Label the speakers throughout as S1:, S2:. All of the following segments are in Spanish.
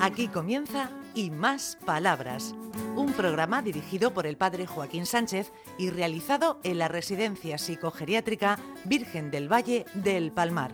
S1: Aquí comienza Y Más Palabras, un programa dirigido por el padre Joaquín Sánchez y realizado en la Residencia Psicogeriátrica Virgen del Valle del Palmar.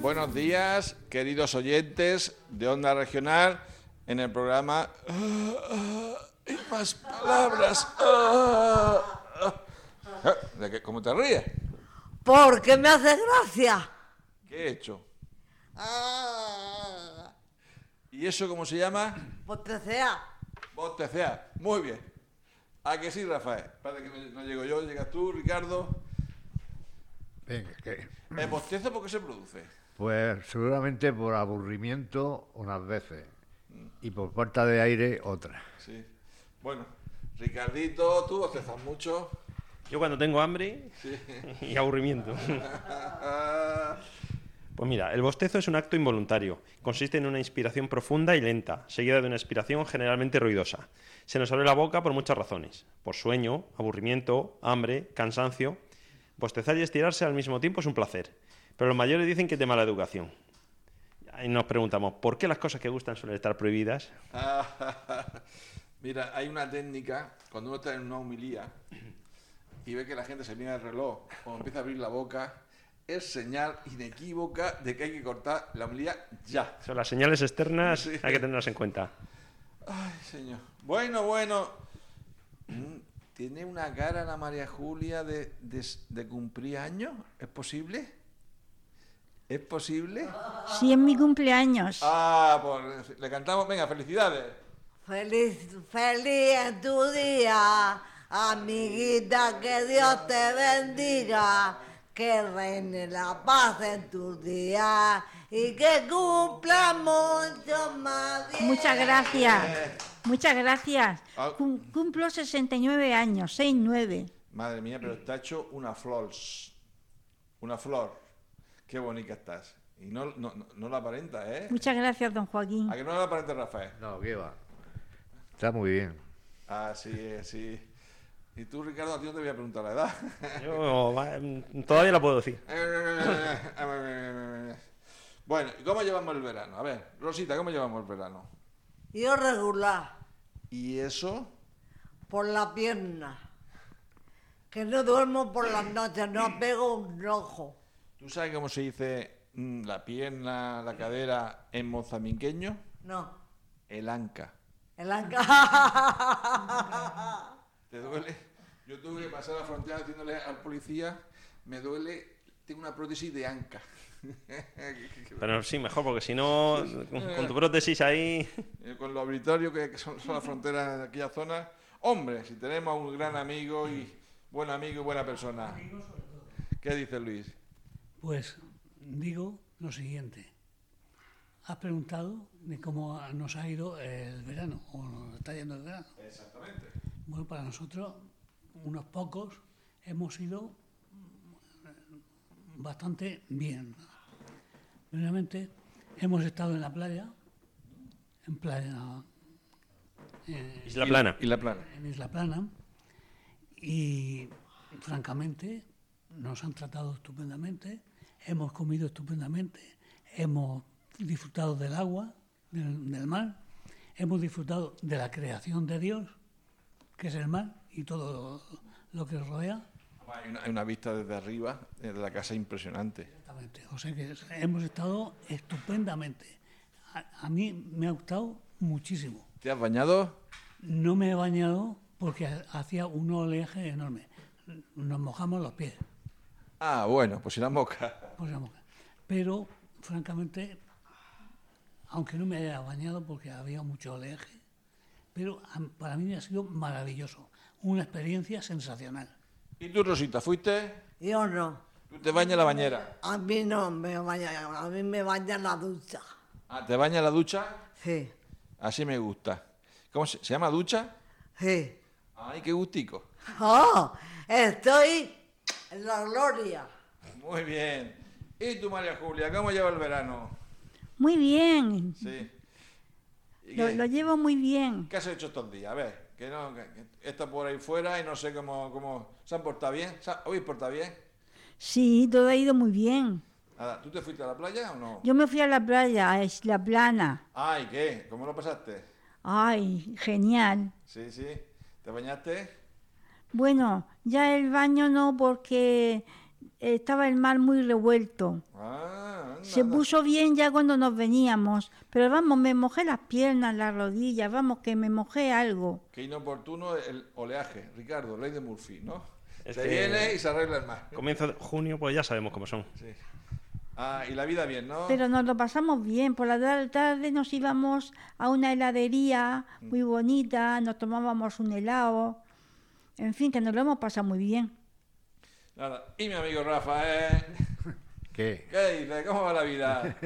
S2: Buenos días, queridos oyentes de Onda Regional, en el programa ah, ah, y más palabras. ah, ah. Ah, ¿de qué- ¿Cómo te ríes?
S3: Porque me hace gracia.
S2: ¿Qué he hecho? ¿Y eso cómo se llama?
S3: Porque sea.
S2: Bostecea. Muy bien. ¿A que sí, Rafael? Espérate que no, no llego yo, llegas tú, Ricardo.
S4: Venga, que-
S2: ¿El bostezo por qué se produce?
S4: Pues seguramente por aburrimiento unas veces y por falta de aire otras.
S2: Sí. Bueno, Ricardito, tú bostezas mucho.
S5: Yo cuando tengo hambre y aburrimiento. Pues mira, el bostezo es un acto involuntario. Consiste en una inspiración profunda y lenta, seguida de una expiración generalmente ruidosa. Se nos abre la boca por muchas razones. Por sueño, aburrimiento, hambre, cansancio. Bostezar y estirarse al mismo tiempo es un placer. Pero los mayores dicen que es de mala educación. Y nos preguntamos, ¿por qué las cosas que gustan suelen estar prohibidas?
S2: Mira, hay una técnica, cuando uno está en una humilía y ve que la gente se mira el reloj o empieza a abrir la boca, es señal inequívoca de que hay que cortar la humilía ya.
S5: Son las señales externas,
S2: Sí.
S5: hay que tenerlas en cuenta.
S2: Ay, señor. Bueno, bueno. Mm, ¿Tiene una cara la María Julia de, de, de cumplir años? ¿Es posible? ¿Es posible?
S6: Sí, es mi cumpleaños.
S2: Ah, pues le cantamos, venga, felicidades.
S3: Feliz, feliz es tu día, amiguita, que Dios te bendiga, que reine la paz en tu día y que cumpla mucho más días.
S6: Muchas gracias. Muchas gracias.
S2: Ah.
S6: Cum- cumplo 69 años, 69.
S2: Madre mía, pero está hecho una flor. Una flor. Qué bonita estás. Y no, no, no- no la aparenta, ¿eh?
S6: Muchas gracias, don Joaquín.
S2: ¿A que no la aparenta Rafael?
S4: No, ¿qué va? Está muy bien.
S2: Así es, sí. Y tú, Ricardo, a ti no te voy a preguntar la edad.
S5: Yo va, mm, todavía la puedo decir.
S2: bueno, ¿y cómo llevamos el verano? A ver, Rosita, ¿cómo llevamos el verano?
S3: Yo regular,
S2: ¿Y eso?
S3: por la pierna, que no duermo por las noches, no pego un ojo.
S2: ¿Tú sabes cómo se dice mm, la pierna, la cadera en mozambiqueño?
S3: No,
S2: El anca.
S3: el anca.
S2: ¿Te duele? Yo tuve que pasar la frontera diciéndole al policía, me duele, tengo una prótesis de anca.
S5: Pero sí, mejor, porque si no, con, con tu prótesis ahí.
S2: Eh, Con lo arbitrario que que son, son las fronteras de aquella zona. Hombre, si tenemos a un gran amigo y buen amigo y buena persona. ¿Qué dice Luis?
S7: Pues digo lo siguiente. Has preguntado de cómo ha- nos ha ido el verano, o nos está yendo el verano.
S2: Exactamente.
S7: Bueno, para nosotros, unos pocos, hemos ido mm, bastante bien. Primeramente, hemos estado en la playa, en playa, eh,
S5: Isla Plana.
S2: Y la plana.
S7: en Isla Plana, y francamente nos han tratado estupendamente, hemos comido estupendamente, hemos disfrutado del agua, del, del mar, hemos disfrutado de la creación de Dios, que es el mar y todo lo que rodea.
S2: Hay una, hay una vista desde arriba eh, de la casa impresionante.
S7: Exactamente. O sea que hemos estado estupendamente. A, a mí me ha gustado muchísimo.
S2: ¿Te has bañado?
S7: No me he bañado porque ha- hacía un oleaje enorme. Nos mojamos los pies.
S2: Ah, bueno, pues si la mosca.
S7: Pues vamos. Pero, francamente, aunque no me haya bañado porque había mucho oleaje, pero a- para mí ha sido maravilloso. Una experiencia sensacional.
S2: ¿Y tú, Rosita, fuiste?
S3: Yo no.
S2: ¿Tú te bañas en la bañera?
S3: A mí no me baña, a mí me baña la ducha.
S2: Ah, ¿te bañas en la ducha?
S3: Sí,
S2: Así me gusta. ¿Cómo se, se llama ducha?
S3: sí.
S2: Ay, qué gustico.
S3: ¡Oh! Estoy en la gloria.
S2: Muy bien. ¿Y tú, María Julia, cómo lleva el verano?
S6: Muy bien.
S2: Sí. ¿Y
S6: Lo,
S2: qué-
S6: lo llevo muy bien.
S2: ¿Qué has hecho estos días? A ver, que no, que, que está por ahí fuera y no sé cómo, cómo se han portado bien. ¿Se han- ¿Habéis portado bien?
S6: Sí, todo ha ido muy bien.
S2: Nada, ¿tú te fuiste a la playa o no?
S6: Yo me fui a la playa, a Isla Plana.
S2: Ay, ¿qué? ¿Cómo lo pasaste?
S6: Ay, genial.
S2: Sí, sí. ¿Te bañaste?
S6: Bueno, ya el baño no porque estaba el mar muy revuelto.
S2: Ah, anda,
S6: Se
S2: anda.
S6: puso bien ya cuando nos veníamos, pero vamos, me mojé las piernas, las rodillas, vamos, que me mojé algo.
S2: Qué inoportuno el oleaje, Ricardo, ley de Murphy, ¿no?
S5: Es
S2: se
S5: que-
S2: viene y se arregla el mar.
S5: Comienzo de junio, pues ya sabemos cómo son.
S2: Sí. Ah, y la vida bien, ¿no?
S6: Pero nos lo pasamos bien, por la tar- tarde nos íbamos a una heladería
S2: Mm.
S6: muy bonita, nos tomábamos un helado, en fin, que nos lo hemos pasado muy bien.
S2: Nada. Y mi amigo Rafa, ¿eh?
S4: ¿Qué?
S2: ¿Qué dice? ¿Cómo va la vida?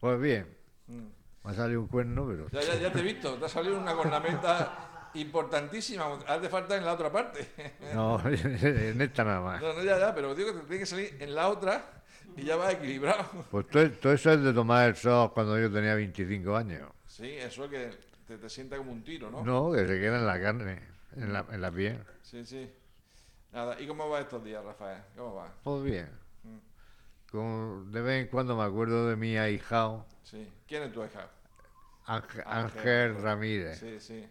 S4: Pues bien. Me ha salido un cuerno, pero.
S2: Ya, ya, ya te he visto, te ha salido una cornamenta importantísima. Haz de falta en la otra parte.
S4: No, en esta nada más.
S2: No, no, ya, ya, pero digo que tiene que salir en la otra y ya va equilibrado.
S4: Pues todo, todo eso es de tomar el sol cuando yo tenía 25 años.
S2: Sí, eso es que te, te sienta como un tiro, ¿no?
S4: No, que se queda en la carne, en la, en la piel.
S2: Sí, sí. Nada, ¿y cómo va estos días, Rafael? ¿Cómo va?
S4: Pues bien. Como de vez en cuando me acuerdo de mi ahijado,
S2: Sí. ¿Quién es tu hija?
S4: Ángel,
S2: Ángel.
S4: Ángel Ramírez.
S2: Sí, sí,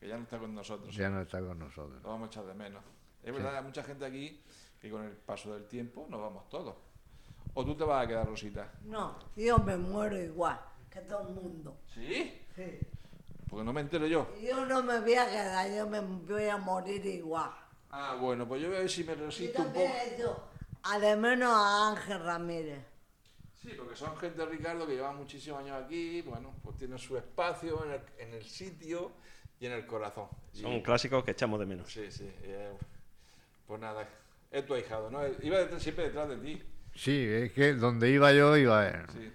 S2: que ya no está con nosotros.
S4: Eh. Ya no está con nosotros.
S2: Lo vamos a echar de menos. Es verdad, hay mucha gente aquí que con el paso del tiempo nos vamos todos. ¿O tú te vas a quedar, Rosita?
S3: No, yo me muero igual que todo el mundo.
S2: ¿Sí?
S3: Sí.
S2: Porque no me entero yo.
S3: Yo no me voy a quedar, yo me voy a morir igual.
S2: Ah, bueno, pues yo voy a ver si me
S3: Y
S2: resisto un
S3: también
S2: poco.
S3: yo, a de menos a Ángel Ramírez.
S2: Sí, porque son gente, Ricardo, que lleva muchísimos años aquí, bueno, pues tienen su espacio en el, en el sitio y en el corazón. Y-
S5: Son clásicos que echamos de menos.
S2: Sí, sí. eh, pues nada, es tu ahijado, ¿no? Iba detrás- siempre detrás de ti.
S4: Sí, es que donde iba yo iba él.
S2: Sí.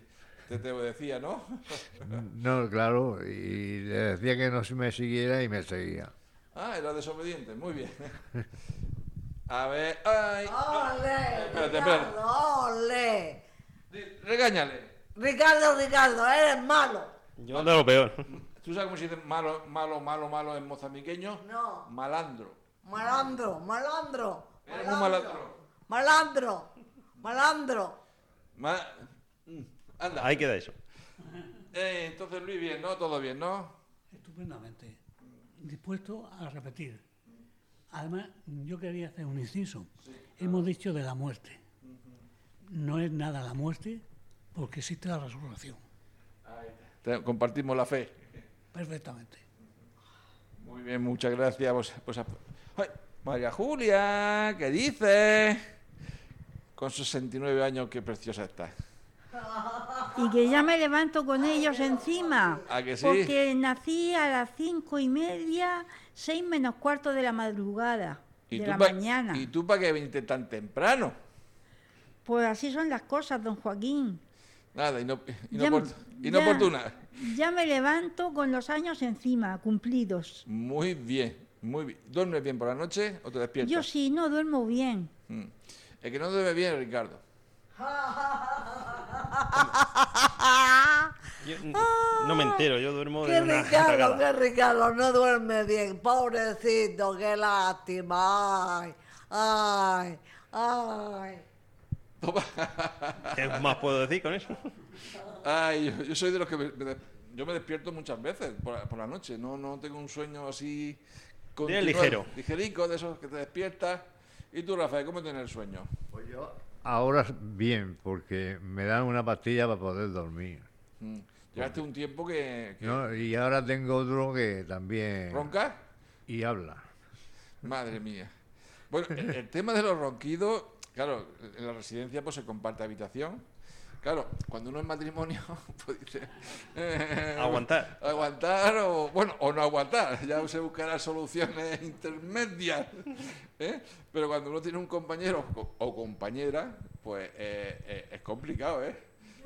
S2: Te, te decía, ¿no?
S4: No, claro, y le decía que no me siguiera y me seguía.
S2: Ah, era desobediente, muy bien. A ver, ay.
S3: ¡Ole!
S2: Espérate, espérate.
S3: Ricardo, ole.
S2: Di- Regáñale.
S3: Ricardo, Ricardo, eres malo.
S5: Yo de lo peor.
S2: ¿Tú sabes cómo se dice malo, malo, malo, malo en mozambiqueño?
S3: No.
S2: Malandro.
S3: Malandro, malandro.
S2: Eres un malandro.
S3: Malandro, malandro.
S2: Ma- Mm, Anda.
S5: Ahí queda eso.
S2: Eh, entonces, Luis, bien, ¿no? Todo bien, ¿no?
S7: Estupendamente. Dispuesto a repetir. Además, yo quería hacer un inciso. Hemos dicho de la muerte. No es nada la muerte porque existe la resurrección.
S2: Te- compartimos la fe.
S7: Perfectamente.
S2: Muy bien, muchas gracias. Pues, pues a- ¡Ay! María Julia, ¿qué dices? Con sus 69 años, qué preciosa está.
S6: Y que ya me levanto con ellos encima.
S2: ¿A que sí?
S6: Porque nací a las cinco y media, seis menos cuarto de la madrugada, de la
S2: pa-
S6: mañana.
S2: ¿Y tú para qué viniste tan temprano?
S6: Pues así son las cosas, don Joaquín.
S2: Nada, y no, y no
S6: Ya-
S2: por- y no
S6: ya-
S2: oportuna.
S6: Ya me levanto con los años encima, cumplidos.
S2: Muy bien, muy bien. ¿Duermes bien por la noche o te despiertas?
S6: Yo sí, no duermo bien.
S2: Mm. El que no duerme bien, Ricardo.
S5: Yo n- no me entero, yo duermo
S3: Qué
S5: de una
S3: Ricardo,
S5: atacada.
S3: qué Ricardo, no duerme bien. Pobrecito, qué lástima. Ay, ay, ay.
S2: Toma.
S5: ¿Qué más puedo decir con eso?
S2: Ay, Ah, yo, yo soy de los que me, me des- yo me despierto muchas veces por, la- por la noche. No, no tengo un sueño así. continuado.
S5: ligero.
S2: Ligerico, de esos que te despiertas. ¿Y tú, Rafael, cómo tienes el sueño?
S4: Pues Ahora bien, porque me dan una pastilla para poder dormir.
S2: Mm. Llegaste un tiempo que. que
S4: ¿no? Y ahora tengo otro que también...
S2: ¿Roncas?
S4: Y habla.
S2: Madre mía. Bueno, el, el tema de los ronquidos, claro, en la residencia pues se comparte habitación. Claro, cuando uno es matrimonio, pues dice... eh,
S5: Aguantar.
S2: Aguantar o, bueno, o no aguantar. Ya se buscarán soluciones intermedias. ¿eh? Pero cuando uno tiene un compañero o, o compañera, pues eh, eh, es complicado, ¿eh?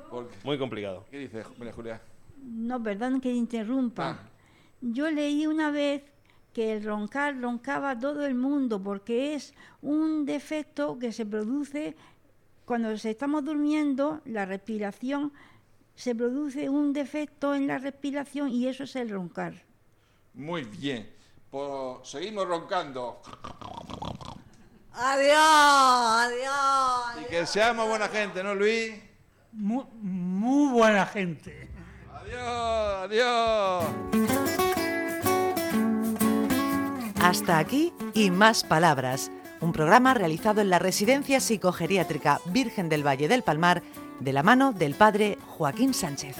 S2: Porque,
S5: Muy complicado.
S2: ¿Qué dices, María Julia?
S6: No, perdón que interrumpa.
S2: Ah.
S6: Yo leí una vez que el roncar roncaba a todo el mundo porque es un defecto que se produce cuando nos estamos durmiendo, la respiración, se produce un defecto en la respiración y eso es el roncar.
S2: Muy bien. Pues seguimos roncando.
S3: Adiós, adiós.
S2: Y que seamos buena gente, ¿no, Luis?
S7: Muy, muy buena gente.
S2: Adiós, adiós.
S1: Hasta aquí y más palabras, un programa realizado en la Residencia Psicogeriátrica Virgen del Valle del Palmar de la mano del padre Joaquín Sánchez.